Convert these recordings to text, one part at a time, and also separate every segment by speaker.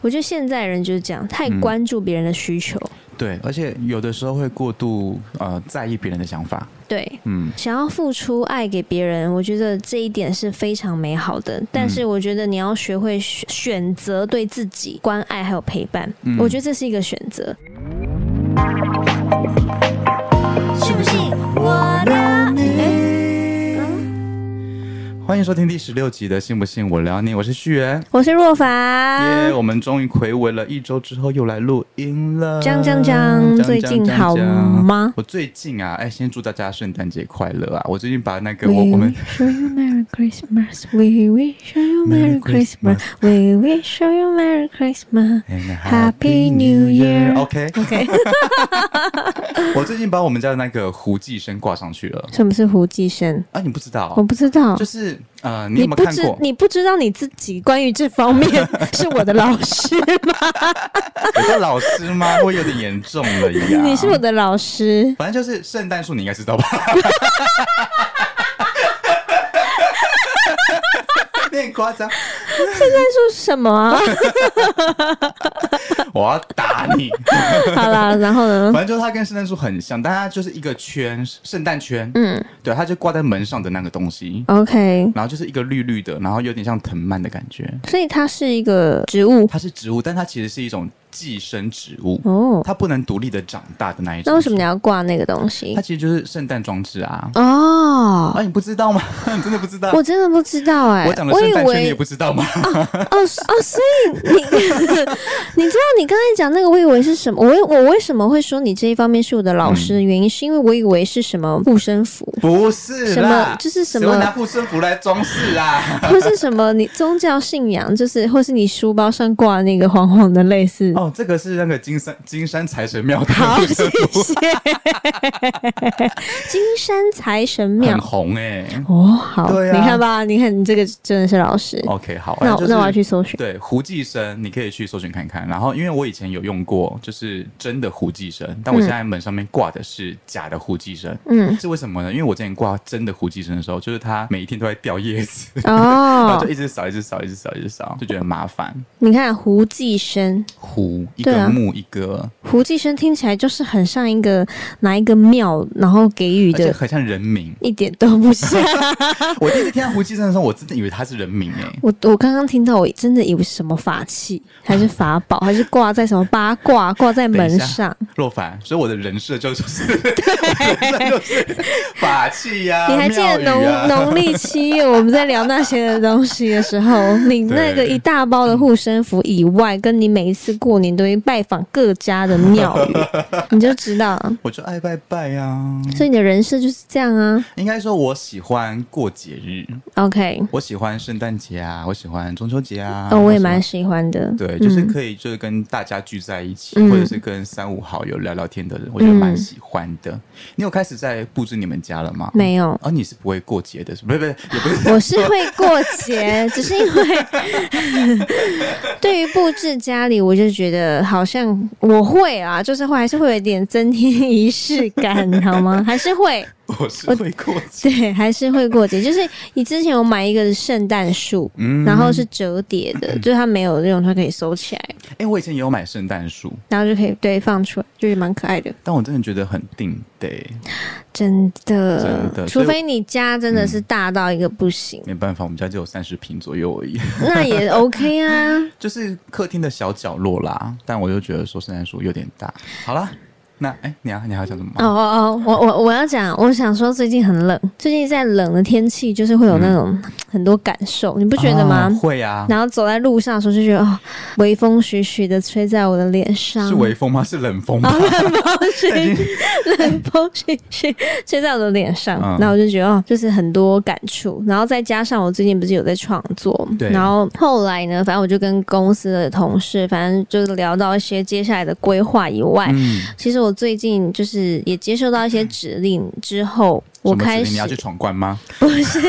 Speaker 1: 我觉得现在人就是这样，太
Speaker 2: 嗯
Speaker 1: 关注别人的需求，
Speaker 2: 对，而且有的时候会过度呃在意别人的想法，
Speaker 1: 对，
Speaker 2: 嗯，
Speaker 1: 想要付出爱给别人，我觉得这一点是非常美好的。但
Speaker 2: 嗯
Speaker 1: 是我觉得你要学会选选择对自己关爱还有陪伴，
Speaker 2: 嗯
Speaker 1: 我觉得这是一个选择。
Speaker 3: 信不信我的你？
Speaker 2: 欢迎收听第十六集的《信不信我聊你》，我是旭元。
Speaker 1: 我是若
Speaker 2: 耶、
Speaker 1: 凡，
Speaker 2: 我们终于回违了一周之后又来录音了。
Speaker 1: 江江江，最近好？吗？
Speaker 2: 我最近啊，哎，先祝大家圣诞节快乐啊！我最近把那个
Speaker 1: We
Speaker 2: 我我们
Speaker 1: wish you Merry Christmas. We wish you
Speaker 2: Merry
Speaker 1: Merry
Speaker 2: Christmas.
Speaker 1: Christmas. We wish you Merry Christmas.
Speaker 2: And a
Speaker 1: Happy New Year
Speaker 2: OK，
Speaker 1: OK，
Speaker 2: 我最近把我们家的那个胡寄生挂上去了。
Speaker 1: 什么是胡寄生？
Speaker 2: 啊，你不知道
Speaker 1: 我？不知道
Speaker 2: 就。是呃，你
Speaker 1: 你
Speaker 2: 有没
Speaker 1: 不
Speaker 2: 有看
Speaker 1: 知
Speaker 2: 过？
Speaker 1: 哦你不知道你自己关于这方面 是我的老师吗？
Speaker 2: 我是老师吗？我有点严重了呀。
Speaker 1: 你是我的老师，
Speaker 2: 反正就是圣诞树，你应该知道吧？ 有点夸张，
Speaker 1: 但是什么 啊？
Speaker 2: 我要打你。
Speaker 1: 好啦，然后呢？
Speaker 2: 反正就是它跟圣诞树很像，但它就是一个圈，圣诞圈。
Speaker 1: 嗯
Speaker 2: 对，它就挂在门上的那个东西，
Speaker 1: ，OK，
Speaker 2: 然后就是一个绿绿的，然后有点像藤蔓的感觉。
Speaker 1: 所以它是一个植物
Speaker 2: 它是植物，但它其实是一种寄生植物，
Speaker 1: 哦。
Speaker 2: 它不能独立的长大的那一种。
Speaker 1: 那为什么你要挂那个东西
Speaker 2: 它？其实就是圣诞装置啊！
Speaker 1: 哦
Speaker 2: 啊，，你不知道吗？ 你真的不知道？
Speaker 1: 我真的不知道哎、
Speaker 2: 我讲的
Speaker 1: 我
Speaker 2: 圣
Speaker 1: 以
Speaker 2: 诞圈你也
Speaker 1: 为
Speaker 2: 不知道吗？
Speaker 1: 哦哦，所以 你你知道你刚才讲那个，我以为是什么？我我为什么会说你这一方面是我的老
Speaker 2: 嗯
Speaker 1: 师的原因，是因为我以为是什么护身 符，
Speaker 2: 不是啦
Speaker 1: 什么，就是什么
Speaker 2: 谁会拿护身符来装饰啊？
Speaker 1: 或是什么你宗教信仰，就是或是你书包上挂那个黄黄的类似。
Speaker 2: 哦，这个是那个金山金山财神庙的
Speaker 1: 好，
Speaker 2: 护
Speaker 1: 谢
Speaker 2: 身符，
Speaker 1: 谢。金山财神庙
Speaker 2: 很红哎、
Speaker 1: 哦，好，
Speaker 2: 对啊
Speaker 1: 你看吧，你看你这个真的是老师。
Speaker 2: OK，好，
Speaker 1: 那
Speaker 2: 哎
Speaker 1: 我、
Speaker 2: 就是
Speaker 1: 那我要去 搜寻。
Speaker 2: 对胡寄生，你可以去搜寻看看。然后，因为我以前有用过，就是真的胡寄生，但我现在门上面挂的是假的胡寄生，
Speaker 1: 嗯，
Speaker 2: 是为什么呢？因为我之前挂真的胡寄生的时候，就是它每一天都在掉叶子，然后
Speaker 1: 哦
Speaker 2: 就，一直扫，一直扫，一直扫，一直扫，就觉得很麻烦。
Speaker 1: 你看胡寄生，
Speaker 2: 胡一
Speaker 1: 对
Speaker 2: 个
Speaker 1: 啊
Speaker 2: 木一个，
Speaker 1: 胡寄生听起来就是很像一个哪一个庙，然后给予
Speaker 2: 而且
Speaker 1: 的，
Speaker 2: 很像人名。
Speaker 1: 一点都不 像。
Speaker 2: 我第一次听到胡寄生的时候，我真的以为他是人名哎、
Speaker 1: 我我刚刚听到，我真的以为是什么法器，还是法宝，还是挂在什么八卦，挂在门上。
Speaker 2: 若凡，所以我的人设就就是 人设就是法器呀、
Speaker 1: 你还记得
Speaker 2: 庙宇啊
Speaker 1: 农农历七月我们在聊那些东西的时候，你那个
Speaker 2: 对
Speaker 1: 一大包的护身符以外，跟你每一次过年都会拜访各家的庙 宇，你就知道，
Speaker 2: 我就爱拜拜呀、
Speaker 1: 所以你的人设就是这样啊。
Speaker 2: 应该说，我喜欢过节日，
Speaker 1: OK，
Speaker 2: 我喜欢圣诞节啊，我喜欢中秋节啊。
Speaker 1: 哦，我也
Speaker 2: 喜欢
Speaker 1: 蛮喜欢的。
Speaker 2: 对，就是
Speaker 1: 嗯
Speaker 2: 可以，就是跟大家聚在一起，
Speaker 1: 嗯
Speaker 2: 或者是跟三五好友聊聊天的人，我觉得蛮喜欢的。你有开始在布置你们家了吗？
Speaker 1: 没有。
Speaker 2: 哦，你是不会过节的，是不是不是，也不是。
Speaker 1: 我是会过节，只是因为 对于布置家里，我就觉得好像我会啊，就是会还是会有一点增添仪式感，好吗？还是会
Speaker 2: 我是会过节。
Speaker 1: 对， 还是会过节。就是你之前有买一个圣诞树，
Speaker 2: 嗯
Speaker 1: 然后是折叠的，就是它没有那种它可以收起来，
Speaker 2: 哎、我以前也有买圣诞树，
Speaker 1: 然后就可以对放出来，就是蛮可爱的，
Speaker 2: 但我真的觉得很定得、
Speaker 1: 真的。
Speaker 2: 真的嗯
Speaker 1: 除
Speaker 2: 所以
Speaker 1: 非你家真的是大到一个不行，
Speaker 2: 没办法，我们家只有三十平左右而已，
Speaker 1: 那也 OK 啊。
Speaker 2: 就是客厅的小角落啦。但我就觉得说圣诞树有点大。好啦，那哎、你要你还要讲什么吗？
Speaker 1: 哦哦哦，我我我要讲，我想说最近很冷，最近在冷的天气，就是会有那种
Speaker 2: 嗯
Speaker 1: 很多感受，你不觉得吗？
Speaker 2: 啊会啊，
Speaker 1: 然后走在路上的时候就觉得哦，微风徐徐的吹在我的脸上，
Speaker 2: 是微风吗？是冷风吗？
Speaker 1: 哦风 徐徐，冷风徐徐吹在我的脸上，
Speaker 2: 嗯
Speaker 1: 然后我就觉得哦，就是很多感触。然后再加上我最近不是有在创作，
Speaker 2: 对
Speaker 1: 然后后来呢，反正我就跟公司的同事，反正就是聊到一些接下来的规划以外，
Speaker 2: 嗯，
Speaker 1: 其实我最近就是也接受到一些指令之后，我
Speaker 2: 什么指
Speaker 1: 开
Speaker 2: 令
Speaker 1: 始
Speaker 2: 你要去闯关吗？
Speaker 1: 不 是，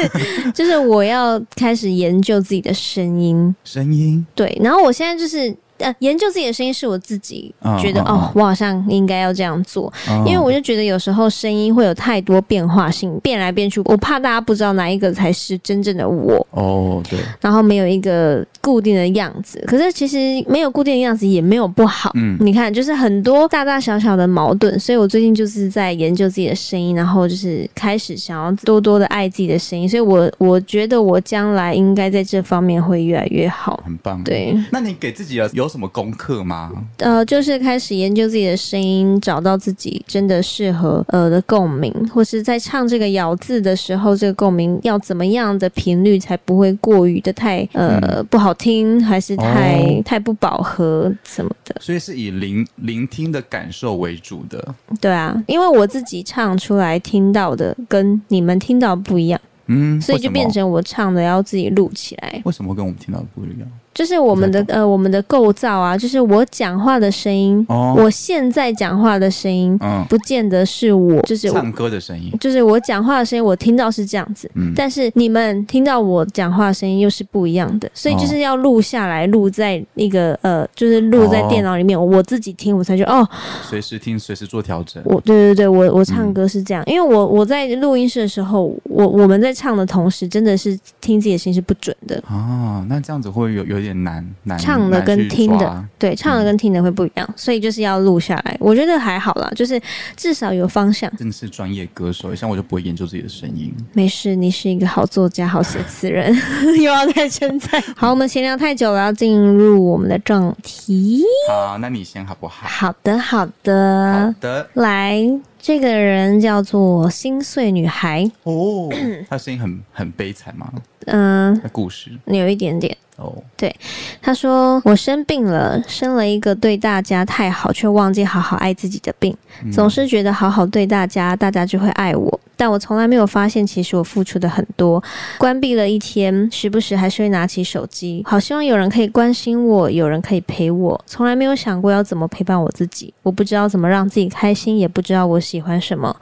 Speaker 1: 就是我要开始研究自己的声音。
Speaker 2: 声音
Speaker 1: 对，然后我现在就是。呃，研究自己的声音是我自己
Speaker 2: 嗯
Speaker 1: 觉得、
Speaker 2: 嗯
Speaker 1: 哦，我好像应该要这样做，因为我就觉得有时候声音会有太多变化性，变来变去，我怕大家不知道哪一个才是真正的我，
Speaker 2: 哦，对，
Speaker 1: 然后没有一个固定的样子。可是其实没有固定的样子也没有不好，
Speaker 2: 嗯
Speaker 1: 你看，就是很多大大小小的矛盾，所以我最近就是在研究自己的声音，然后就是开始想要多多的爱自己的声音，所以我我觉得我将来应该在这方面会越来越好。
Speaker 2: 很棒。
Speaker 1: 对，
Speaker 2: 那你给自己有有什么功课吗？
Speaker 1: 呃，就是开始研究自己的声音，找到自己真的适合呃的共鸣，或是在唱这个咬字的时候，这个共鸣要怎么样的频率才不会过于的太呃、不好听，还是太、
Speaker 2: 嗯哦
Speaker 1: 太不饱和什么的。
Speaker 2: 所以是以聆聆听的感受为主的。
Speaker 1: 对啊，因为我自己唱出来听到的跟你们听到不一样，
Speaker 2: 嗯，
Speaker 1: 所以就
Speaker 2: 为什么
Speaker 1: 变成我唱的要自己录起来。
Speaker 2: 为什么跟我们听到的不一样？
Speaker 1: 就是我们的呃我们的构造啊，就是我讲话的声音，
Speaker 2: 哦
Speaker 1: 我现在讲话的声音，
Speaker 2: 嗯，
Speaker 1: 不见得是我，就是我
Speaker 2: 唱歌的声音，
Speaker 1: 就是我讲话的声音，我听到是这样子，
Speaker 2: 嗯，
Speaker 1: 但是你们听到我讲话的声音又是不一样的，所以就是要录下来，录在那个呃，就是录在
Speaker 2: 哦
Speaker 1: 电脑里面，我自己听，我才觉得哦，
Speaker 2: 随时听，随时做调整。
Speaker 1: 我对对对，我我唱歌是这样，
Speaker 2: 嗯
Speaker 1: 因为我我在录音室的时候，我我们在唱的同时，真的是听自己的声音是不准的，
Speaker 2: 啊，那这样子会有有点难难
Speaker 1: 唱的跟听的，
Speaker 2: 难去抓
Speaker 1: 对，唱
Speaker 2: 嗯
Speaker 1: 的跟听的会不一样，所以就是要录下来。我觉得还好啦，就是至少有方向。
Speaker 2: 真的是专业歌手，像我就不会研究自己的声音。
Speaker 1: 没事，你是一个好作家、好写词人， 又要再称赞。好，我们闲聊太久了，要进入我们的正题。
Speaker 2: 好，那你先好不好？
Speaker 1: 好的，好
Speaker 2: 好
Speaker 1: 的，
Speaker 2: 的
Speaker 1: 来，这个人叫做心碎女孩，
Speaker 2: 哦，他声音很很悲惨吗？
Speaker 1: 嗯、
Speaker 2: 那故事
Speaker 1: 有一点点。
Speaker 2: 哦，
Speaker 1: 她说：“我生病了，生了一个对大家太好却忘记好好爱自己的病，
Speaker 2: 嗯
Speaker 1: 总是觉得好好对大家，大家就会爱我。但我从来没有发现，其实我付出的很多。关闭了一天，时不时还是会拿起手机，好希望有人可以关心我，有人可以陪我。从来没有想过要怎么陪伴我自己，我不知道怎么让自己开心，也不知道我喜欢什么。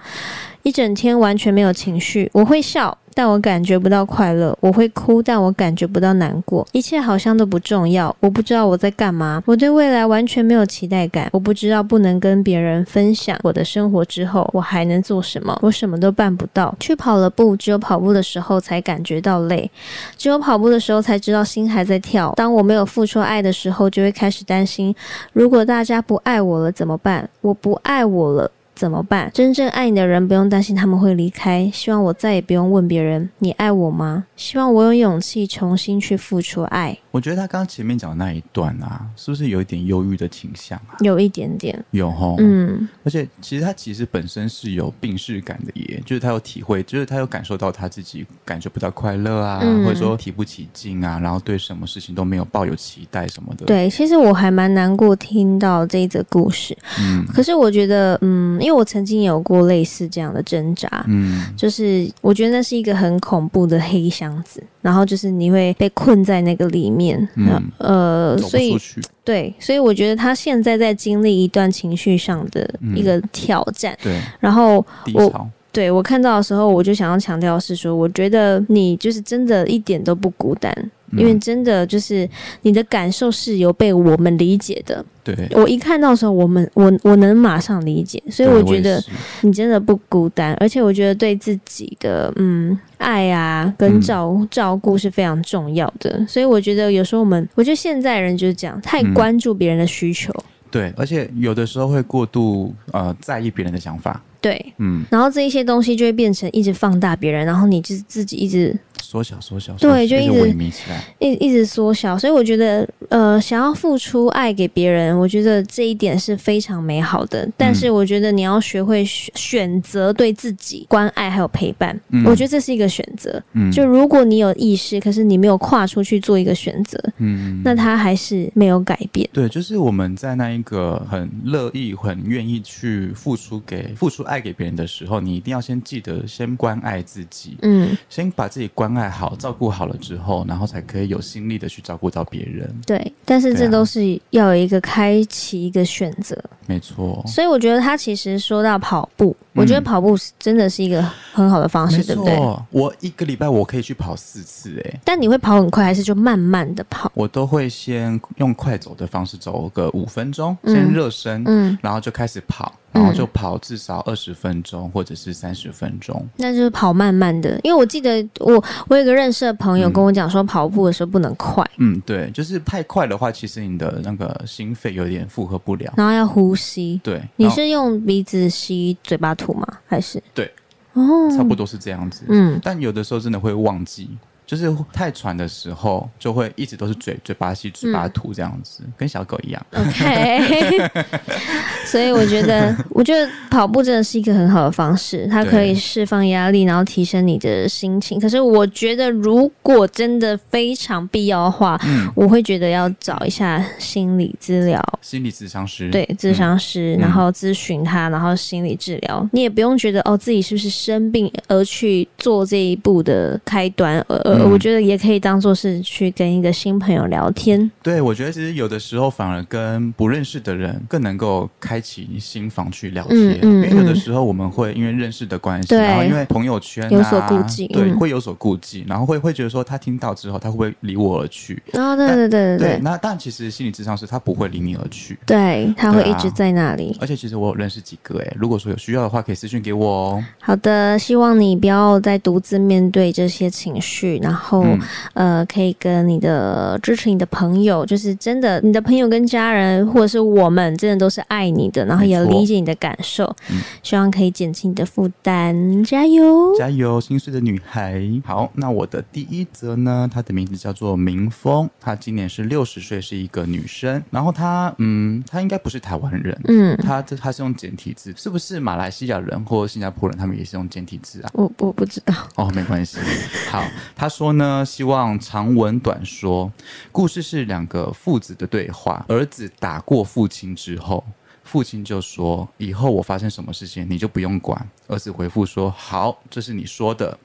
Speaker 1: 一整天完全没有情绪，我会笑，但我感觉不到快乐；我会哭，但我感觉不到难过。一切好像都不重要，我不知道我在干嘛，我对未来完全没有期待感，我不知道不能跟别人分享我的生活之后，我还能做什么？我什么都办不到。去跑了步，只有跑步的时候才感觉到累，只有跑步的时候才知道心还在跳。当我没有付出爱的时候，就会开始担心，如果大家不爱我了怎么办？我不爱我了。怎么办？真正爱你的人不用担心他们会离开。希望我再也不用问别人“你爱我吗”。希望我有勇气重新去付出爱，
Speaker 2: 我觉得他刚刚前面讲的那一段啊，是不是有一点忧郁的倾向啊？
Speaker 1: 有一点点，
Speaker 2: 有吼，
Speaker 1: 嗯，
Speaker 2: 而且其实他其实本身是有病逝感的耶，就是他有体会，就是他有感受到他自己感觉不到快乐啊，
Speaker 1: 嗯
Speaker 2: 或者说提不起劲啊，然后对什么事情都没有抱有期待什么的。，
Speaker 1: 对。其实我还蛮难过听到这一则故事，
Speaker 2: 嗯
Speaker 1: 可是我觉得，嗯，因为我曾经也有过类似这样的挣扎，
Speaker 2: 嗯，
Speaker 1: 就是我觉得那是一个很恐怖的黑箱子，然后就是你会被困在那个里面，
Speaker 2: 嗯
Speaker 1: 呃，
Speaker 2: 走不
Speaker 1: 所以
Speaker 2: 出去，
Speaker 1: 对，所以我觉得他现在在经历一段情绪上的
Speaker 2: 嗯
Speaker 1: 一个挑战，
Speaker 2: 对，
Speaker 1: 然后
Speaker 2: 低
Speaker 1: 我
Speaker 2: 潮，
Speaker 1: 对我看到的时候，我就想要强调的是说，我觉得你就是真的一点都不孤单，因为
Speaker 2: 嗯
Speaker 1: 真的就是你的感受是有被我们理解的。
Speaker 2: 对，
Speaker 1: 我一看到的时候，我们我我能马上理解，所以
Speaker 2: 对
Speaker 1: 我觉得
Speaker 2: 也是
Speaker 1: 你真的不孤单，而且我觉得对自己的嗯爱啊跟
Speaker 2: 嗯
Speaker 1: 照、照顾是非常重要的，所以我觉得有时候我们，我觉得现在人就是这样，太
Speaker 2: 嗯
Speaker 1: 关注别人的需求，
Speaker 2: 对，而且有的时候会过度呃在意别人的想法，
Speaker 1: 对，
Speaker 2: 嗯，
Speaker 1: 然后这一些东西就会变成一直放大别人，然后你就是自己一直
Speaker 2: 缩小缩小，
Speaker 1: 对就
Speaker 2: 缩小
Speaker 1: 一直
Speaker 2: 萎靡起来，
Speaker 1: 一一直缩小，所以我觉得呃想要付出爱给别人，我觉得这一点是非常美好的，但
Speaker 2: 嗯
Speaker 1: 是我觉得你要学会选选择对自己关爱还有陪伴，
Speaker 2: 嗯
Speaker 1: 我觉得这是一个选择，
Speaker 2: 嗯，
Speaker 1: 就如果你有意识，可是你没有跨出去做一个选择，
Speaker 2: 嗯，
Speaker 1: 那它还是没有改变。
Speaker 2: 对，就是我们在那一个很乐意、很愿意去付出给付出爱给别人人的时候，你一定要先记得先关爱自己，
Speaker 1: 嗯，
Speaker 2: 先把自己关爱好、照顾好了之后，然后才可以有心力的去照顾到别人。
Speaker 1: 对，但是
Speaker 2: 对
Speaker 1: 这
Speaker 2: 啊哦
Speaker 1: 都是要有一个开启一个选择，
Speaker 2: 没错，
Speaker 1: 所以我觉得他其实说到跑步，我觉得
Speaker 2: 嗯
Speaker 1: 跑步是真的是一个很哦好的方
Speaker 2: 没
Speaker 1: 式，对不对？
Speaker 2: 错。我一个礼拜我可以去跑四次、欸，
Speaker 1: 但你会跑很快，还是就慢慢的跑？
Speaker 2: 我都会先用快走的方式走个五分钟，
Speaker 1: 嗯
Speaker 2: 先热身，
Speaker 1: 嗯，
Speaker 2: 然后就开始跑，
Speaker 1: 嗯
Speaker 2: 然后就跑至少二十分钟或者是三十分钟。
Speaker 1: 那就是跑慢慢的，因为我记得我我有个认识的朋友跟我讲说，跑步的时候不能快，
Speaker 2: 嗯，对，就是太快的话，其实你的那个心肺有点负荷不了。
Speaker 1: 然后要呼吸。
Speaker 2: 对，
Speaker 1: 嗯你
Speaker 2: 然后
Speaker 1: 是用鼻子吸，嘴巴吐吗？还是
Speaker 2: 对？
Speaker 1: 哦，
Speaker 2: 差不多是这样子。
Speaker 1: 嗯，
Speaker 2: 但有的时候真的会忘记，就是太喘的时候，就会一直都是嘴嘴巴吸、嘴巴吐这样
Speaker 1: 嗯
Speaker 2: 子，跟小狗一样。
Speaker 1: OK，所以我觉得，我觉得跑步真的是一个很好的方式，它可以
Speaker 2: 对
Speaker 1: 释放压力，然后提升你的心情。可是我觉得，如果真的非常必要的话，
Speaker 2: 嗯，
Speaker 1: 我会觉得要找一下心理资疗，
Speaker 2: 心理咨商师
Speaker 1: 对，咨商师，
Speaker 2: 嗯
Speaker 1: 然后咨询他，然后心理治疗。你也不用觉得哦，自己是不是生病而去做这一步的开端，呃，呃，
Speaker 2: 嗯
Speaker 1: 我觉得也可以当做是去跟一个新朋友聊天。
Speaker 2: 对，我觉得其实有的时候反而跟不认识的人更能够开启心房去聊天，
Speaker 1: 嗯嗯
Speaker 2: 因为有的
Speaker 1: 嗯
Speaker 2: 时候我们会因为认识的关系，
Speaker 1: 对
Speaker 2: 然后因为朋友圈、啊、
Speaker 1: 有所顾忌
Speaker 2: 对，
Speaker 1: 嗯
Speaker 2: 会有所顾忌，然后会会觉得说他听到之后他会不会离我而去？
Speaker 1: 哦，对对对对对。
Speaker 2: 那但其实心理智商是他不会离你而去。
Speaker 1: 对，他会
Speaker 2: 对
Speaker 1: 一
Speaker 2: 啊
Speaker 1: 直在那里。
Speaker 2: 而且其实我有认识几个哎、如果说有需要的话，可以私讯给我哦。
Speaker 1: 好的，希望你不要再独自面对这些情绪，然后、
Speaker 2: 嗯
Speaker 1: 呃，可以跟你的支持你的朋友，就是真的，你的朋友跟家人或者是我们，真的都是爱你的，然后也
Speaker 2: 没错
Speaker 1: 理解你的感受，
Speaker 2: 嗯
Speaker 1: 希望可以减轻你的负担，加油！
Speaker 2: 加油，心碎的女孩。好，那我的第一则呢，她的名字叫做明峰，她今年是六十岁，是一个女生。然后她，嗯，她应该不是台湾人，
Speaker 1: 嗯，
Speaker 2: 她这她是用简体字，是不是马来西亚人或新加坡人？他们也是用简体字啊？
Speaker 1: 我我不知道，
Speaker 2: 哦，没关系。好，她说呢，希望长文短说。故事是两个父子的对话，儿子打过父亲之后。父亲就说：“以后我发生什么事情，你就不用管。”儿子回复说：“好，这是你说的。”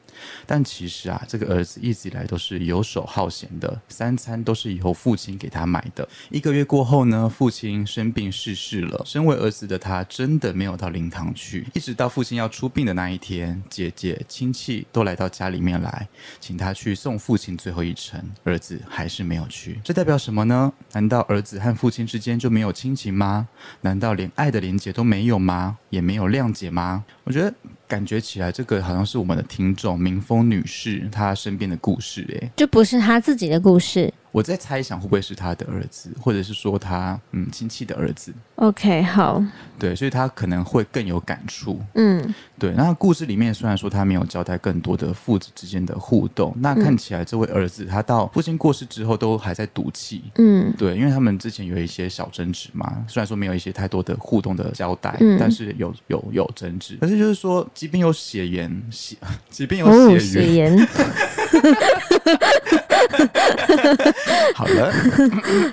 Speaker 2: 但其实啊，这个儿子一直以来都是游手好闲的，三餐都是由父亲给他买的。一个月过后呢，父亲生病逝世了。身为儿子的他，真的没有到灵堂去，一直到父亲要出殡的那一天，姐姐、亲戚都来到家里面来，请他去送父亲最后一程，儿子还是没有去。这代表什么呢？难道儿子和父亲之间就没有亲情吗？难道连爱的连结都没有吗？也没有谅解吗？我觉得感觉起来，这个好像是我们的听众明峰女士她身边的故事、欸。诶，
Speaker 1: 就不是他自己的故事。
Speaker 2: 我在猜想会不会是她的儿子，或者是说她嗯亲戚的儿子。
Speaker 1: OK，好，
Speaker 2: 对，所以她可能会更有感触。
Speaker 1: 嗯
Speaker 2: 对，那故事里面虽然说他没有交代更多的父子之间的互动，那看起来这位儿子他到父亲过世之后都还在赌气。
Speaker 1: 嗯
Speaker 2: 对，因为他们之前有一些小争执嘛，虽然说没有一些太多的互动的交代，
Speaker 1: 嗯
Speaker 2: 但是有有有争执。可是就是说，即便有血缘，血 即便
Speaker 1: 哦，
Speaker 2: 有血
Speaker 1: 血
Speaker 2: 缘，
Speaker 1: 言
Speaker 2: 好了，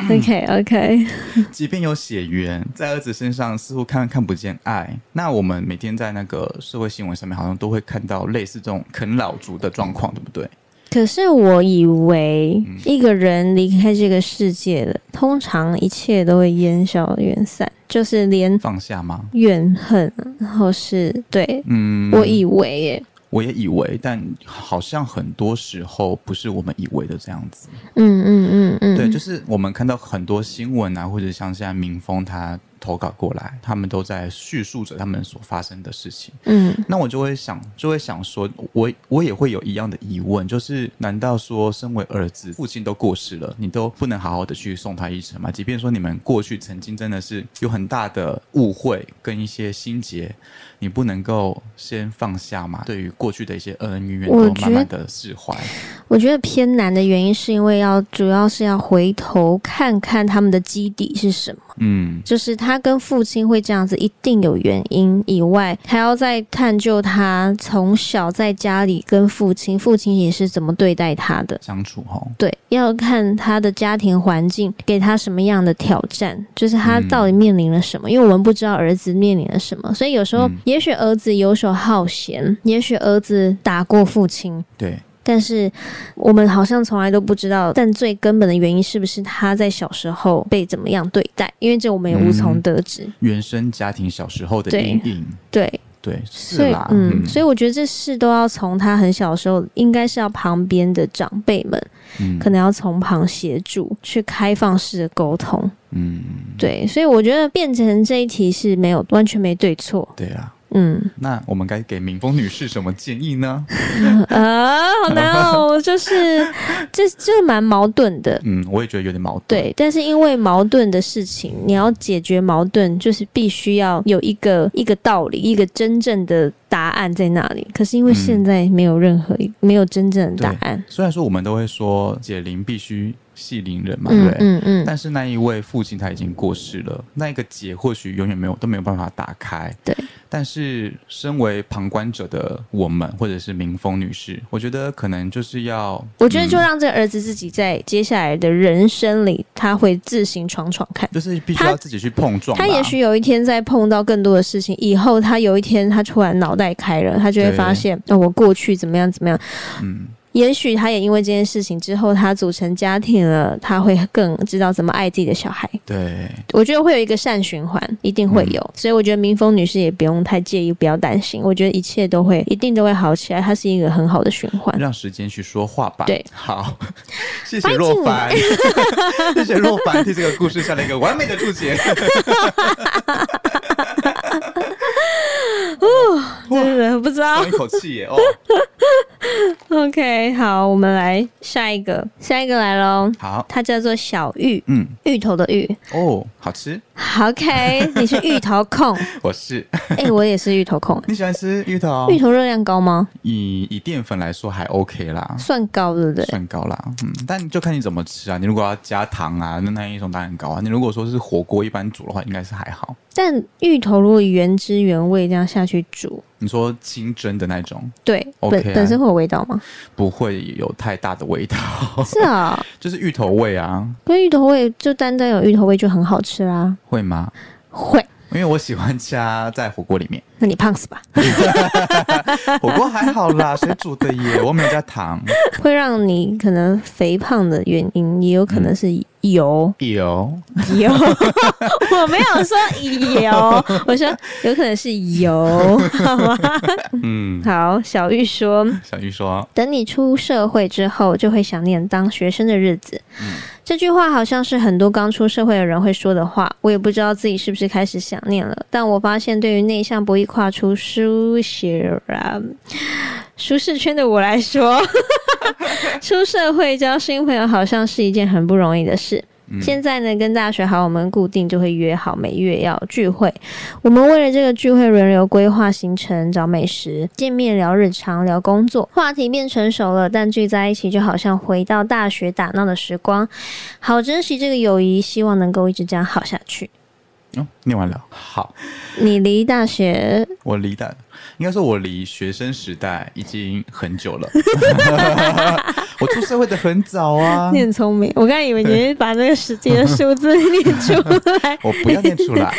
Speaker 1: ，OK OK，
Speaker 2: 即便有血缘，在儿子身上似乎看看不见爱。那我们每天在那个社会新闻上面，好像都会看到类似这种啃老族的状况，对不对？
Speaker 1: 可是我以为一个人离开这个世界了，通常一切都会烟消云散，就是连
Speaker 2: 放下吗？
Speaker 1: 怨恨啊，然后是对、
Speaker 2: 嗯，
Speaker 1: 我以为耶，
Speaker 2: 我也以为，但好像很多时候不是我们以为的这样子。
Speaker 1: 嗯嗯嗯嗯，
Speaker 2: 对，就是我们看到很多新闻啊，或者像现在民风他投稿过来，他们都在叙述着他们所发生的事情。
Speaker 1: 嗯
Speaker 2: 那我就会想，就会想说，我我也会有一样的疑问，就是难道说，身为儿子，父亲都过世了，你都不能好好的去送他一程吗？即便说你们过去曾经真的是有很大的误会跟一些心结，你不能够先放下嘛？对于过去的一些恩恩怨怨，
Speaker 1: 我
Speaker 2: 都
Speaker 1: 觉
Speaker 2: 慢慢的释怀。
Speaker 1: 我觉得偏难的原因是因为要主要是要回头看看他们的基底是什么，
Speaker 2: 嗯
Speaker 1: 就是他他跟父亲会这样子，一定有原因以外，还要再探究他从小在家里跟父亲，父亲也是怎么对待他的。
Speaker 2: 相处哈。
Speaker 1: 对，要看他的家庭环境给他什么样的挑战，就是他到底面临了什么。因为我们不知道儿子面临了什么，所以有时候
Speaker 2: 嗯
Speaker 1: 也许儿子游手好闲，也许儿子打过父亲，
Speaker 2: 对，
Speaker 1: 但是我们好像从来都不知道，但最根本的原因是不是他在小时候被怎么样对待？因为这我们也无从得知。
Speaker 2: 原生家庭小时候的
Speaker 1: 对
Speaker 2: 阴影，
Speaker 1: 对，
Speaker 2: 对，
Speaker 1: 所
Speaker 2: 是
Speaker 1: 以
Speaker 2: 啦，
Speaker 1: 嗯，所以我觉得这事都要从他很小的时候，应该是要旁边的长辈们
Speaker 2: 嗯
Speaker 1: 可能要从旁协助，去开放式的沟通。
Speaker 2: 嗯，
Speaker 1: 对，所以我觉得变成这一题是没有完全没对错。
Speaker 2: 对啊。
Speaker 1: 嗯，
Speaker 2: 那我们该给敏峰女士什么建议呢？
Speaker 1: 啊，好难哦，我就是 这这蛮矛盾的。
Speaker 2: 嗯，我也觉得有点矛盾。
Speaker 1: 对，但是因为矛盾的事情，你要解决矛盾，就是必须要有一个一个道理，一个真正的答案在那里。可是因为
Speaker 2: 嗯
Speaker 1: 现在没有任何一、没有真正的答案，
Speaker 2: 虽然说我们都会说解铃必须系铃人嘛，对
Speaker 1: 嗯
Speaker 2: 不对？
Speaker 1: 嗯嗯，
Speaker 2: 但是那一位父亲他已经过世了，那一个结或许永远没有都没有办法打开。
Speaker 1: 对，
Speaker 2: 但是身为旁观者的我们，或者是民风女士，我觉得可能就是要，
Speaker 1: 我觉得就
Speaker 2: 嗯
Speaker 1: 让这个儿子自己在接下来的人生里，他会自行闯闯看。
Speaker 2: 就是必须
Speaker 1: 他
Speaker 2: 要自己去碰撞吧。
Speaker 1: 他也许有一天再碰到更多的事情，以后他有一天他突然脑袋开了，他就会
Speaker 2: 对
Speaker 1: 发现，哦，我过去怎么样怎么样。
Speaker 2: 嗯，
Speaker 1: 也许他也因为这件事情之后，他组成家庭了，他会更知道怎么爱自己的小孩。
Speaker 2: 对，
Speaker 1: 我觉得会有一个善循环，一定
Speaker 2: 嗯
Speaker 1: 会有。所以我觉得民风女士也不用太介意，不要担心。我觉得一切都会，一定都会好起来。它是一个很好的循环。
Speaker 2: 让时间去说话吧。
Speaker 1: 对，
Speaker 2: 好， 谢谢若凡， 谢谢若凡替这个故事下了一个完美的 注解。
Speaker 1: 真的不知道
Speaker 2: 松一。口气耶哦。
Speaker 1: OK，好，我们来下一个，下一个来喽。
Speaker 2: 好，
Speaker 1: 它叫做小芋，
Speaker 2: 嗯，
Speaker 1: 芋头的芋。
Speaker 2: 哦，好吃，
Speaker 1: OK，你是芋头控，
Speaker 2: 我是。
Speaker 1: 哎、我也是芋头控。
Speaker 2: 你喜欢吃芋头？
Speaker 1: 芋头热量高吗？
Speaker 2: 以以淀粉来说还 OK 啦。
Speaker 1: 算高，对不对？
Speaker 2: 算高啦，嗯，但就看你怎么吃啊。你如果要加糖啊，那那一种当然高啊。你如果说是火锅一般煮的话，应该是还好。
Speaker 1: 但芋头如果原汁原味这样下去煮，
Speaker 2: 你说清蒸的那种，
Speaker 1: 对
Speaker 2: OK
Speaker 1: 本
Speaker 2: 啊
Speaker 1: 本身会有味道吗？
Speaker 2: 不会有太大的味道，
Speaker 1: 是啊、
Speaker 2: 就是芋头味啊，
Speaker 1: 可是芋头味就单单有芋头味就很好吃啦。
Speaker 2: 会吗？
Speaker 1: 会，
Speaker 2: 因为我喜欢加在火锅里面，
Speaker 1: 那你胖死吧，
Speaker 2: 火锅还好啦，水煮的耶，我没有加糖。
Speaker 1: 会让你可能肥胖的原因，也有可
Speaker 2: 嗯
Speaker 1: 能是油、
Speaker 2: 有，
Speaker 1: 油。 我没有说油，我说有可能是油，好吗？
Speaker 2: 嗯，
Speaker 1: 好，小玉说，
Speaker 2: 小玉说，
Speaker 1: 等你出社会之后，就会想念当学生的日子。这句话好像是很多刚出社会的人会说的话，我也不知道自己是不是开始想念了。但我发现，对于内向不易跨出舒适啊舒适圈的我来说， 出社会交新朋友好像是一件很不容易的事。现在呢，跟大学好友们固定就会约好每月要聚会，我们为了这个聚会轮流规划行程、找美食、见面聊日常、聊工作，话题变成熟了，但聚在一起就好像回到大学打闹的时光，好珍惜这个友谊，希望能够一直这样好下去。
Speaker 2: 哦，念完了，好，
Speaker 1: 你离大学
Speaker 2: 我离的，应该说我离学生时代已经很 久了， 我出社会的很早 啊。
Speaker 1: 很聪明，我刚才以为你会把那个实际的数字念出 来，
Speaker 2: 我不要念出来，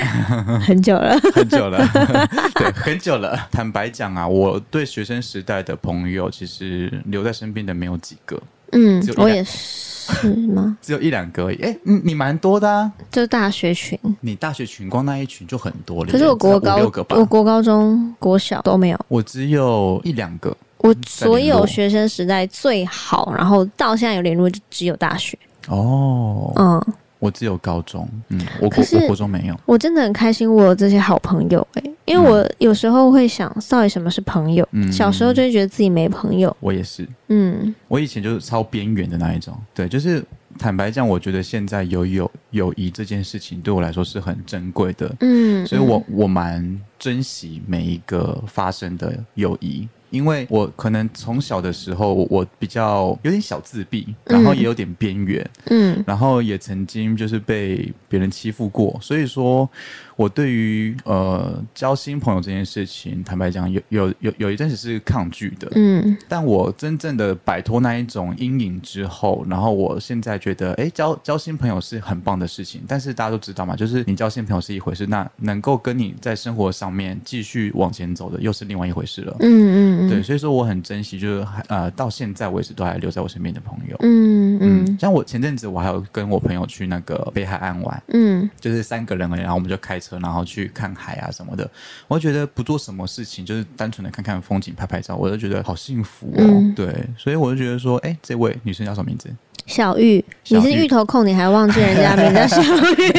Speaker 2: 嗯
Speaker 1: 很久了。
Speaker 2: 很久了， 对，很久了。坦白讲啊，我对学生时代的朋友，其实留在身边的没有几个，
Speaker 1: 嗯
Speaker 2: 只有一，两
Speaker 1: 我也是吗？
Speaker 2: 只有一两个而已。哎、嗯你蛮多的、啊，
Speaker 1: 就大学群，
Speaker 2: 你大学群光那一群就很多了耶。
Speaker 1: 可是我国
Speaker 2: 至少
Speaker 1: 高
Speaker 2: 五六个，吧
Speaker 1: 我，国高中、国小都没有。
Speaker 2: 我只有一两个。
Speaker 1: 我所有学生时代最好，然后到现在有联络就只有大学。
Speaker 2: 哦，
Speaker 1: 嗯，
Speaker 2: 我只有高中，嗯，我
Speaker 1: 可
Speaker 2: 国
Speaker 1: 是
Speaker 2: 我国中没有，
Speaker 1: 我真的很开心，我有这些好朋友诶、因为我有时候会想，到底什么是朋友？
Speaker 2: 嗯
Speaker 1: 小时候就会觉得自己没朋友。
Speaker 2: 我也是。
Speaker 1: 嗯，
Speaker 2: 我以前就是超边缘的那一种，对，就是坦白讲，我觉得现在有友友谊这件事情对我来说是很珍贵的，
Speaker 1: 嗯，
Speaker 2: 所以我我蛮珍惜每一个发生的友谊，因为我可能从小的时候我我比较有点小自闭，然后也有点边缘，
Speaker 1: 嗯
Speaker 2: 然后也曾经就是被别人欺负过，所以说我对于呃交新朋友这件事情，坦白讲有有有有一阵子是抗拒的，
Speaker 1: 嗯
Speaker 2: 但我真正的摆脱那一种阴影之后，然后我现在觉得，哎，交交新朋友是很棒的事情。但是大家都知道嘛，就是你交新朋友是一回事，那能够跟你在生活上面继续往前走的，又是另外一回事了。
Speaker 1: 嗯嗯，
Speaker 2: 对，所以说我很珍惜，就是还呃，到现在为止都还留在我身边的朋友。
Speaker 1: 嗯嗯
Speaker 2: 像我前阵子我还有跟我朋友去那个北海岸玩，
Speaker 1: 嗯
Speaker 2: 就是三个人而已，然后我们就开车，然后去看海啊什么的。我就觉得不做什么事情，就是单纯的看看风景、拍拍照，我就觉得好幸福哦。
Speaker 1: 嗯
Speaker 2: 对，所以我就觉得说，哎，这位女生叫什么名字？
Speaker 1: 小玉，
Speaker 2: 小
Speaker 1: 你
Speaker 2: 玉
Speaker 1: 是芋头控，你还忘记人家名叫小 玉？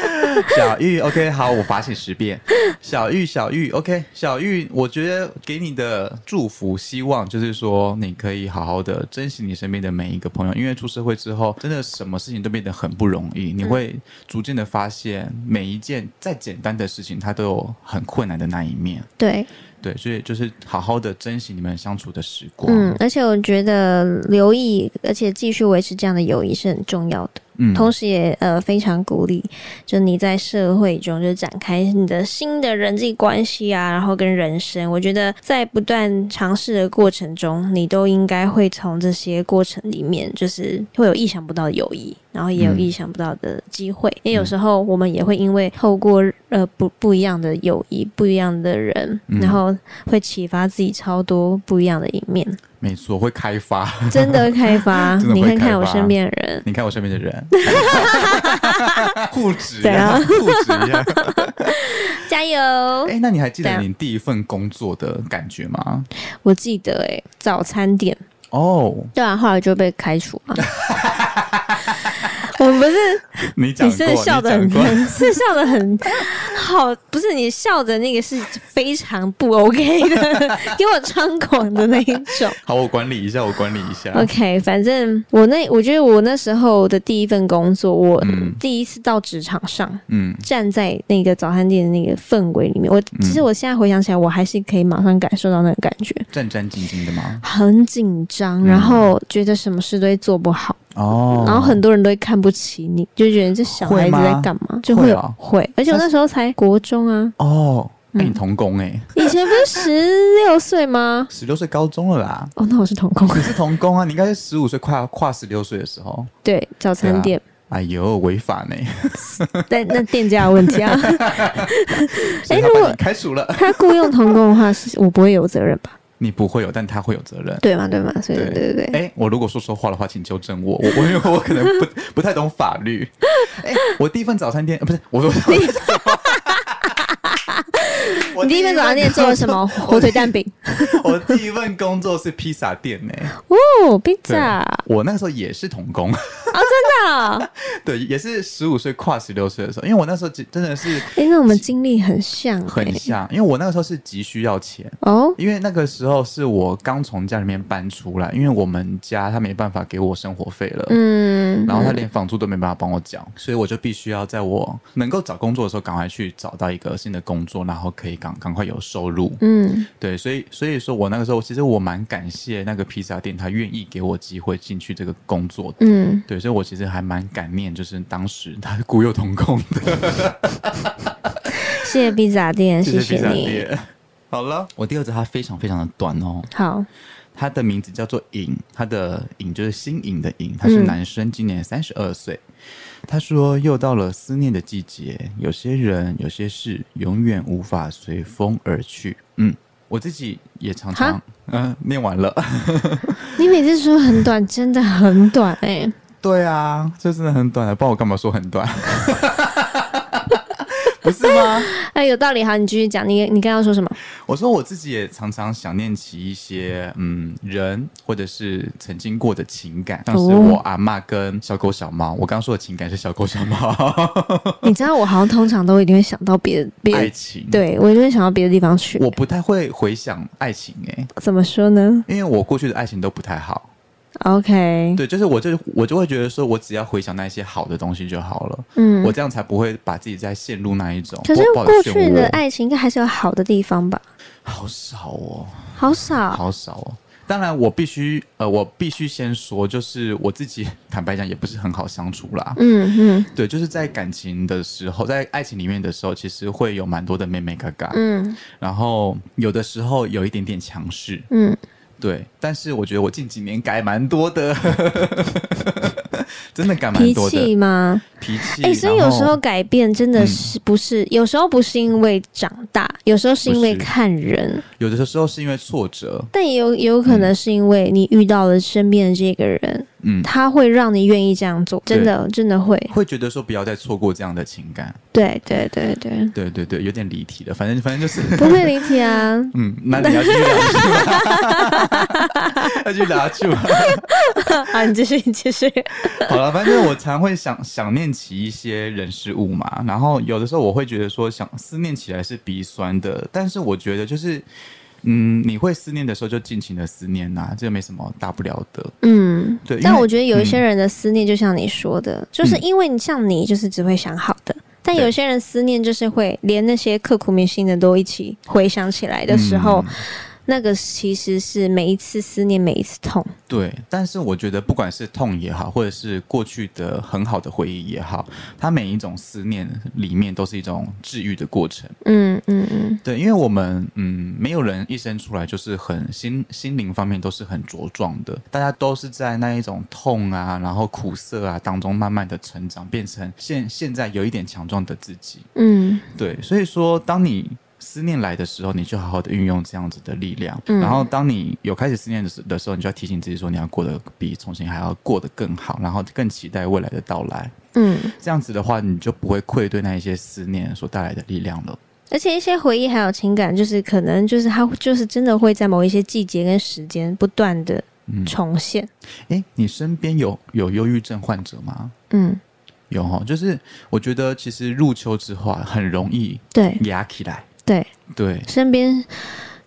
Speaker 2: 小玉。OK，好，我罚写十遍。小玉，小玉，OK，小玉，我觉得给你的祝福，希望就是说你可以好好的珍惜你身边的每一个朋友，因为出社会之后，真的什么事情都变得很不容易，你会逐渐的发现每一件再简单的事情，它都有很困难的那一面。
Speaker 1: 对，
Speaker 2: 对，所以就是好好的珍惜你们相处的时光。
Speaker 1: 嗯，而且我觉得留意，而且继续维持这样的友谊是很重要的。
Speaker 2: 嗯
Speaker 1: 同时也呃非常鼓励，就你在社会中就展开你的新的人际关系啊，然后跟人生，我觉得在不断尝试的过程中，你都应该会从这些过程里面，就是会有意想不到的友谊，然后也有
Speaker 2: 嗯
Speaker 1: 意想不到的机会，因为有时候我们也会因为透过呃不不一样的友谊，不一样的人，
Speaker 2: 嗯
Speaker 1: 然后会启发自己超多不一样的一面，
Speaker 2: 没错，会开发。
Speaker 1: 真的开发
Speaker 2: 真的会
Speaker 1: 你看
Speaker 2: 开
Speaker 1: 看我
Speaker 2: 发
Speaker 1: 身边的人，
Speaker 2: 你看我身边的人， 固执
Speaker 1: 怎
Speaker 2: 呀，
Speaker 1: 样
Speaker 2: 固执呀。
Speaker 1: 加油！
Speaker 2: 哎、那你还记
Speaker 1: 怎
Speaker 2: 得
Speaker 1: 样
Speaker 2: 你第一份工作的感觉吗？
Speaker 1: 我记得哎、早餐店，
Speaker 2: 哦，
Speaker 1: 对啊，后来就被开除 啊。我不是，
Speaker 2: 你讲
Speaker 1: 你
Speaker 2: 过，
Speaker 1: 真的笑得很
Speaker 2: 你讲过，，
Speaker 1: 是笑得很好，不是你笑的那个是非常不 OK 的，给我猖狂的那一 种。
Speaker 2: 好，我管理一下，我管理一下。
Speaker 1: OK，反正我那我觉得我那时候的第一份工作，我
Speaker 2: 嗯
Speaker 1: 第一次到职场上，
Speaker 2: 嗯，
Speaker 1: 站在那个早餐店的那个氛围里面，我其实我现在回想起来，我还是可以马上感受到那个感觉，
Speaker 2: 战战兢兢的吗？
Speaker 1: 很紧张，然后觉得什么事都会做不好。
Speaker 2: 嗯哦，
Speaker 1: 然后很多人都会看不起你，就觉得这小孩子在干嘛，就会
Speaker 2: 会哦
Speaker 1: 有会。而且我那时候才国中 啊，
Speaker 2: 哦，哎、
Speaker 1: 嗯
Speaker 2: 你童工哎、
Speaker 1: 以前不是十六岁吗？
Speaker 2: 十六岁高中了啦。
Speaker 1: 哦，那我是童 工。
Speaker 2: 你是童工啊？你应该是十五岁跨跨十六岁的时候。
Speaker 1: 对，早餐店，
Speaker 2: 哎呦，违 法呢！啊
Speaker 1: 但那店家有问题 啊。
Speaker 2: 所以他
Speaker 1: 哎如
Speaker 2: 把
Speaker 1: 果
Speaker 2: 你开除了，
Speaker 1: 他雇佣童工的话，是我不会有责任吧？
Speaker 2: 你不会有，但他会有责任。
Speaker 1: 对嘛，对嘛，所以对对对，
Speaker 2: 哎、我如果说错话的话，请纠正我。我我因为我可能不不太懂法 律。哎、我第一份早餐店，呃不是 我说。我
Speaker 1: 你第一份早餐店做了什么？火腿蛋饼
Speaker 2: 我第一份工作是披萨店呢、
Speaker 1: 哦，披
Speaker 2: 对
Speaker 1: 萨，
Speaker 2: 我那个时候也是童工，
Speaker 1: 真的哦。
Speaker 2: 对，也是十五岁跨十六岁的时候，因为我那时候真真的是
Speaker 1: 哎，那我们经历很像，哎
Speaker 2: 很像，因为我那个时候是急需要钱，
Speaker 1: 哦，
Speaker 2: 因为那个时候是我刚从家里面搬出来，因为我们家他没办法给我生活费了，
Speaker 1: 嗯，
Speaker 2: 然后他连房租都没办法帮我缴，所以我就必须要在我能够找工作的时候，赶快去找到一个新的工作，然后可以赶赶快有收入。
Speaker 1: 嗯
Speaker 2: 对，所以所以说我那个时候，其实我蛮感谢那个披萨店，他愿意给我机会进去这个工作的。
Speaker 1: 嗯，
Speaker 2: 对，所以我其实还蛮感念，就是当时他 是雇佣童工的，
Speaker 1: 谢谢披萨店，谢
Speaker 2: 披
Speaker 1: 谢
Speaker 2: 萨
Speaker 1: 你。
Speaker 2: 店。 好了，我第二则它非常非常的短哦，
Speaker 1: 好，
Speaker 2: 它的名字叫做颖，它的颖就是新颖的颖，他是
Speaker 1: 嗯
Speaker 2: 男生，今年三十二岁。他说：“又到了思念的季节，有些人，有些事，永远无法随风而去。”嗯，我自己也常常
Speaker 1: 哈，
Speaker 2: 嗯、念完了。
Speaker 1: 你每次说很短，真的很短哎、
Speaker 2: 对啊，这真的很短了，不然我干嘛说很短？不是吗？
Speaker 1: 哎，有道理。好，你继续讲。你你刚刚说什 么？
Speaker 2: 我说我自己也常常想念起一些嗯人或者是曾经过的情感，像是
Speaker 1: 哦
Speaker 2: 我阿嬷跟小狗小猫。我刚刚说的情感是小狗小猫
Speaker 1: 你知道我好像通常都一定会想到别的别
Speaker 2: 爱
Speaker 1: 的，
Speaker 2: 情。，
Speaker 1: 对我一定会想到别的地方去。
Speaker 2: 我不太会回想爱情诶、
Speaker 1: 怎么说呢
Speaker 2: 因为我过去的爱情都不太好。
Speaker 1: ？OK，
Speaker 2: 对，就是我就我就会觉得说，我只要回想那些好的东西就好了，
Speaker 1: 嗯
Speaker 2: 我，这样才不会把自己再陷入那一种。
Speaker 1: 可是
Speaker 2: 不好
Speaker 1: 过
Speaker 2: 漩
Speaker 1: 去的
Speaker 2: 涡
Speaker 1: 爱情应该还是有好的地方吧？
Speaker 2: 好少哦，
Speaker 1: 好少，
Speaker 2: 好少哦。当然，我必须呃，我必须先说，就是我自己坦白讲，也不是很好相处啦。
Speaker 1: 嗯嗯
Speaker 2: 对，就是在感情的时候，在爱情里面的时候，其实会有蛮多的妹妹嘎嘎，
Speaker 1: 嗯
Speaker 2: 然后有的时候有一点点强势，
Speaker 1: 嗯，
Speaker 2: 对。但是我觉得我近几年改蛮多的， 真的改蛮
Speaker 1: 脾
Speaker 2: 多的
Speaker 1: 气吗？
Speaker 2: 脾气。
Speaker 1: 哎、所以
Speaker 2: 然
Speaker 1: 有
Speaker 2: 后嗯
Speaker 1: 时候改变真的是不是、有时候不是因为长大，有时候是因为
Speaker 2: 不是
Speaker 1: 看人，
Speaker 2: 有的时候是因为挫折，
Speaker 1: 但也有也有可能是因为你遇到了身边的这个人，
Speaker 2: 嗯，
Speaker 1: 他会让你愿意这样做，真的真的会，
Speaker 2: 会觉得说不要再错过这样的情感。
Speaker 1: 对对对对，
Speaker 2: 对对对，有点离题了，反正反正就是。
Speaker 1: 不会离题啊。
Speaker 2: 嗯，那你要去拿去吗？要去拿去吗？
Speaker 1: 好，你继续，你继续。
Speaker 2: 好了，反正就是我常会想想念起一些人事物嘛，然后有的时候我会觉得说想思念起来是鼻酸的，但是我觉得就是，嗯，你会思念的时候就尽情的思念呐、这没什么大不了的。
Speaker 1: 嗯，
Speaker 2: 对，因
Speaker 1: 但
Speaker 2: 为
Speaker 1: 我觉得有一些
Speaker 2: 嗯
Speaker 1: 人的思念，就像你说的，就是因为你像你，就是只会想好的。但有些人思念就是会连那些刻骨铭心的都一起回想起来的时候，那个其实是每一次思念，每一次痛。
Speaker 2: 对，但是我觉得不管是痛也好，或者是过去的很好的回忆也好，它每一种思念里面都是一种治愈的过程。
Speaker 1: 嗯嗯嗯，
Speaker 2: 对，因为我们嗯，没有人一生出来就是很心心灵方面都是很茁壮的，大家都是在那一种痛啊，然后苦涩啊当中慢慢的成长，变成现现在有一点强壮的自己。
Speaker 1: 嗯
Speaker 2: 对，所以说当你。思念来的时候，你就好好的运用这样子的力量。
Speaker 1: 嗯
Speaker 2: 然后，当你有开始思念的时的时候，你就要提醒自己说，你要过得比从前还要过得更好，然后更期待未来的到来。
Speaker 1: 嗯，
Speaker 2: 这样子的话，你就不会愧对那一些思念所带来的力量了。
Speaker 1: 而且一些回忆还有情感，就是可能就是它就是真的会在某一些季节跟时间不断的
Speaker 2: 嗯，
Speaker 1: 重现。
Speaker 2: 诶，你身边有有忧郁症患者吗？
Speaker 1: 嗯，
Speaker 2: 有哈，就是我觉得其实入秋之后啊，很容易
Speaker 1: 对
Speaker 2: 压起来。
Speaker 1: 对，
Speaker 2: 对，
Speaker 1: 身边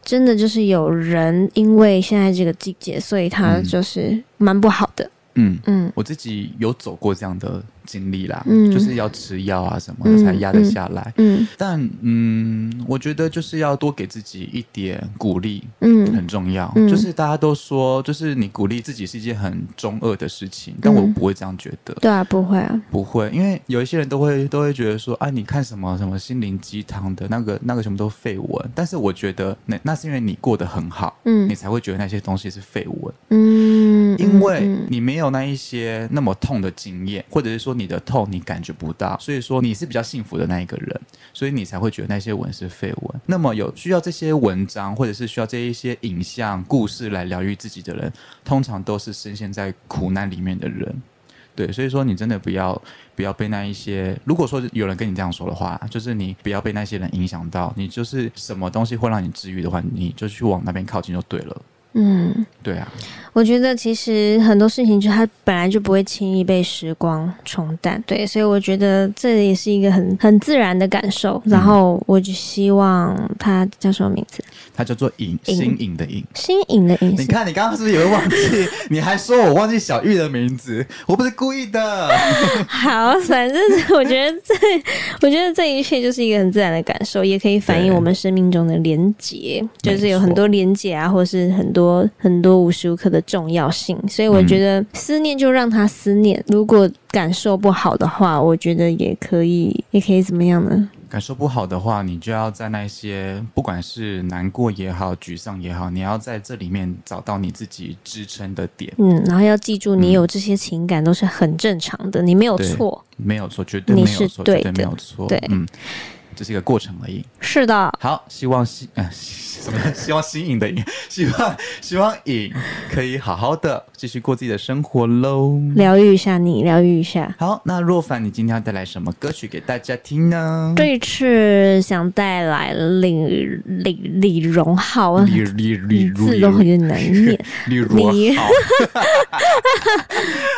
Speaker 1: 真的就是有人，因为现在这个季节，所以他
Speaker 2: 嗯
Speaker 1: 就是蛮不好的。
Speaker 2: 嗯，
Speaker 1: 嗯
Speaker 2: 我自己有走过这样的经历啦，
Speaker 1: 嗯
Speaker 2: 就是要吃药啊什么的才压得下来。
Speaker 1: 嗯
Speaker 2: 但嗯，我觉得就是要多给自己一点鼓励，
Speaker 1: 嗯
Speaker 2: 很重要。
Speaker 1: 嗯
Speaker 2: 就是大家都说，就是你鼓励自己是一件很中二的事情，但我
Speaker 1: 嗯
Speaker 2: 不会这样觉得。
Speaker 1: 对啊，不会啊，
Speaker 2: 不会，因为有一些人都会都会觉得说啊，你看什么什么心灵鸡汤的那个那个什么都废文，但是我觉得那那是因为你过得很好，你
Speaker 1: 嗯
Speaker 2: 才会觉得那些东西是废文，
Speaker 1: 嗯，
Speaker 2: 因为
Speaker 1: 嗯
Speaker 2: 你没有那一些那么痛的经验，或者是说你的痛你感觉不到，所以说你是比较幸福的那一个人，所以你才会觉得那些文是废文。那么有需要这些文章或者是需要这一些影像故事来疗愈自己的人，通常都是深陷在苦难里面的人。对，所以说你真的不要不要被那一些，如果说有人跟你这样说的话，就是你不要被那些人影响到，你就是什么东西会让你治愈的话，你就去往那边靠近就对了。
Speaker 1: 嗯，
Speaker 2: 对啊，
Speaker 1: 我觉得其实很多事情就它本来就不会轻易被时光冲淡，对，所以我觉得这也是一个很很自然的感受。然后我就希望他叫什么名字？
Speaker 2: 它叫做瘾，
Speaker 1: 瘾
Speaker 2: 新瘾的瘾。
Speaker 1: 新颖的颖
Speaker 2: 你，看，你刚刚是不是也会忘记？你还说我忘记小玉的名字， 我不是故意的。
Speaker 1: 好， 反正我觉得这，我觉得这一切就是一个很自然的感受，也可以反映
Speaker 2: 对
Speaker 1: 我们生命中的连结，
Speaker 2: 没
Speaker 1: 就是有很
Speaker 2: 错
Speaker 1: 多连结啊，或是很多很多无时无刻的重要性。所以我
Speaker 2: 嗯
Speaker 1: 觉得思念就让他思念，如果感受不好的话，我觉得也可以，也可以怎么样呢？
Speaker 2: 感受不好的话，你就要在那些不管是难过也好、沮丧也好，你要在这里面找到你自己支撑的点。
Speaker 1: 嗯，然后要记住，
Speaker 2: 嗯
Speaker 1: 你有这些情感都是很正常的，你没有
Speaker 2: 对
Speaker 1: 错。
Speaker 2: 没有错，绝对没
Speaker 1: 你
Speaker 2: 有
Speaker 1: 是
Speaker 2: 错，
Speaker 1: 对
Speaker 2: 绝对
Speaker 1: 的
Speaker 2: 没有错。
Speaker 1: 对
Speaker 2: 嗯，这是一个过程而已。
Speaker 1: 是的，
Speaker 2: 好，希望新呃， 什么？希望新颖的颖， 希望希望颖可以好好的继续过自己的生活喽。
Speaker 1: 疗愈一下你，疗愈一下。
Speaker 2: 好，那若凡，你今天要带来什么歌曲给大家听呢？
Speaker 1: 这一次想带来李李李荣浩，啊
Speaker 2: 李 李李如
Speaker 1: 字都有点难念。
Speaker 2: 李如啊
Speaker 1: 李
Speaker 2: 好，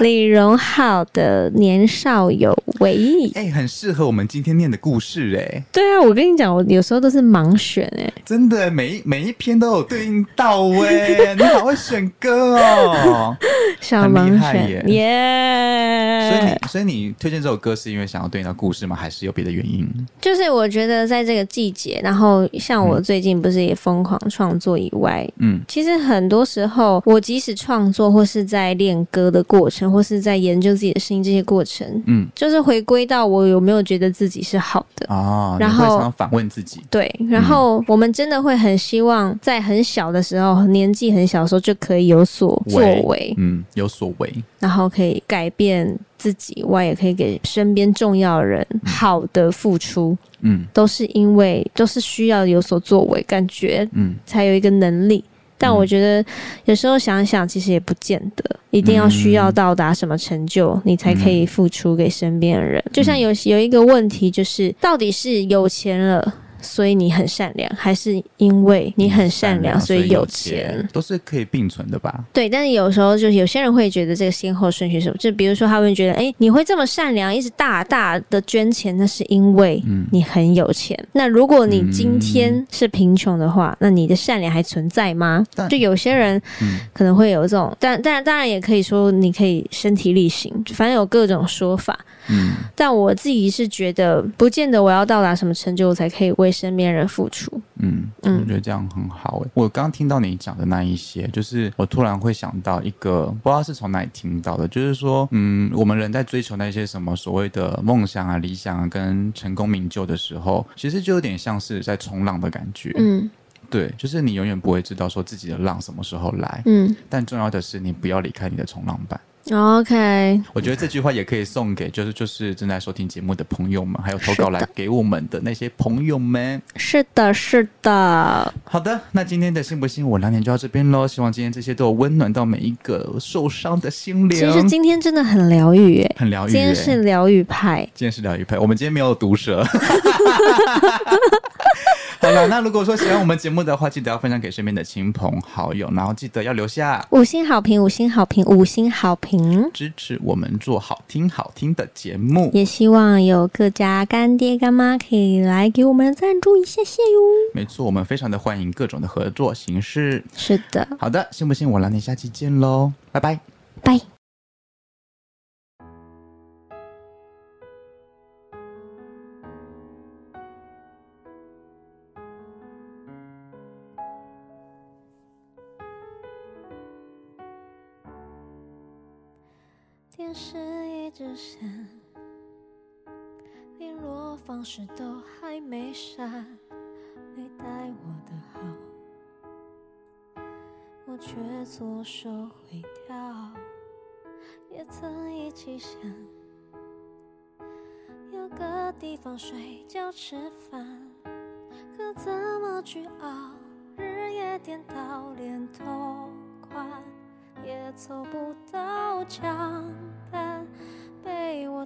Speaker 1: 李荣浩的《年少有为》，
Speaker 2: 哎、很适合我们今天念的故事哎、
Speaker 1: 对啊，我跟你讲，我有时候都是盲选哎、
Speaker 2: 真的每一每一篇都有对应到哎、你好会选 歌哦。
Speaker 1: 小
Speaker 2: 很厉
Speaker 1: 盲
Speaker 2: 害
Speaker 1: 选
Speaker 2: 耶
Speaker 1: 耶。
Speaker 2: 所以你所以你推荐这首歌是因为想要对应到故事吗？还是有别的原因？
Speaker 1: 就是我觉得在这个季节，然后像我最近不是也疯狂创作以外，
Speaker 2: 嗯，
Speaker 1: 其实很多时候，我即使创作或是在练歌的过程，或是在研究自己的声音这些过程，
Speaker 2: 嗯，
Speaker 1: 就是回归到我有没有觉得自己是好的。
Speaker 2: 哦，
Speaker 1: 然
Speaker 2: 你会
Speaker 1: 后
Speaker 2: 常常反问自己，
Speaker 1: 对，然后我们真的会很希望在很小的时候，年纪很小的时候就可以有所作为，
Speaker 2: 嗯，有所为，
Speaker 1: 然后可以改变自己，我也可以给身边重要的人好的付出，
Speaker 2: 嗯
Speaker 1: 都是因为都是需要有所作为，感觉
Speaker 2: 嗯，
Speaker 1: 才有一个能力。但我觉得有时候想一想，其实也不见得一定要需要到达什么成就，你才可以付出给身边的人。就像有有一个问题，就是到底是有钱了，所以你很善良，还是因为你很嗯善良，所以有钱？
Speaker 2: 都是可以并存的吧？
Speaker 1: 对，但是有时候就是有些人会觉得这个先后顺序是什么？就比如说他会觉得，哎、你会这么善良，一直大大的捐钱，那是因为
Speaker 2: 嗯
Speaker 1: 你很有钱。那如果你今
Speaker 2: 嗯
Speaker 1: 天是贫穷的话，那你的善良还存在吗
Speaker 2: 但？
Speaker 1: 就有些人
Speaker 2: 嗯
Speaker 1: 可能会有这种，但当然当然也可以说你可以身体力行，反正有各种说法。
Speaker 2: 嗯
Speaker 1: 但我自己是觉得，不见得我要到达什么成就，我才可以为身边人付出。
Speaker 2: 嗯，
Speaker 1: 嗯
Speaker 2: 我觉得这样很好诶、我刚刚听到你讲的那一些，就是我突然会想到一个，不知道是从哪里听到的，就是说，嗯，我们人在追求那些什么所谓的梦想啊、理想啊跟成功名就的时候，其实就有点像是在冲浪的感觉。
Speaker 1: 嗯
Speaker 2: 对，就是你永远不会知道说自己的浪什么时候来，
Speaker 1: 嗯
Speaker 2: 但重要的是你不要离开你的冲浪板。
Speaker 1: ，OK，
Speaker 2: 我觉得这句话也可以送给就是就是正在收听节目的朋友们，还有投稿来给我们的那些朋友们。
Speaker 1: 是的，是的。
Speaker 2: 好的，那今天的信不信我两点就到这边喽。希望今天这些都有温暖到每一个受伤的心灵。
Speaker 1: 其实今天真的很疗愈耶，
Speaker 2: 很疗愈、
Speaker 1: 今
Speaker 2: 欸，
Speaker 1: 天是疗愈派。
Speaker 2: 今天是疗愈派，我们今天没有毒舌。 好了，那如果说喜欢我们节目的话，记得要分享给身边的亲朋好友，然后记得要留下
Speaker 1: 五星好评，五星好评，五星好评！
Speaker 2: 支持我们做好听好听的节目。
Speaker 1: 也希望有各家干爹干妈可以来给我们赞助一下下哟。
Speaker 2: 没错，我们非常的欢迎各种的合作形式。
Speaker 1: 是的，
Speaker 2: 好的，信不信我两点下期见喽，拜拜。
Speaker 1: 拜。
Speaker 3: 电视一直闪，联络方式都还没删。你待我的好，我却左手毁掉。也曾一起想，有个地方睡觉吃饭，可怎么去熬？日夜颠倒，连头款也凑不到墙板，被我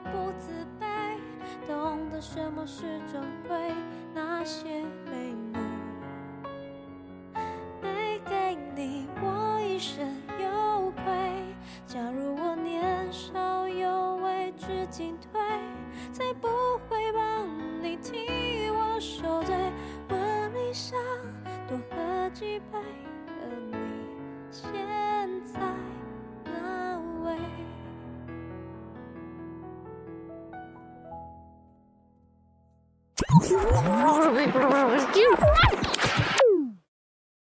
Speaker 3: 不自卑，懂得什么是珍贵，那些美梦没给你，我一生有愧。假如我年少有为，知进退，才不会帮你替我受罪。问理想多喝几杯，而你现在哪位？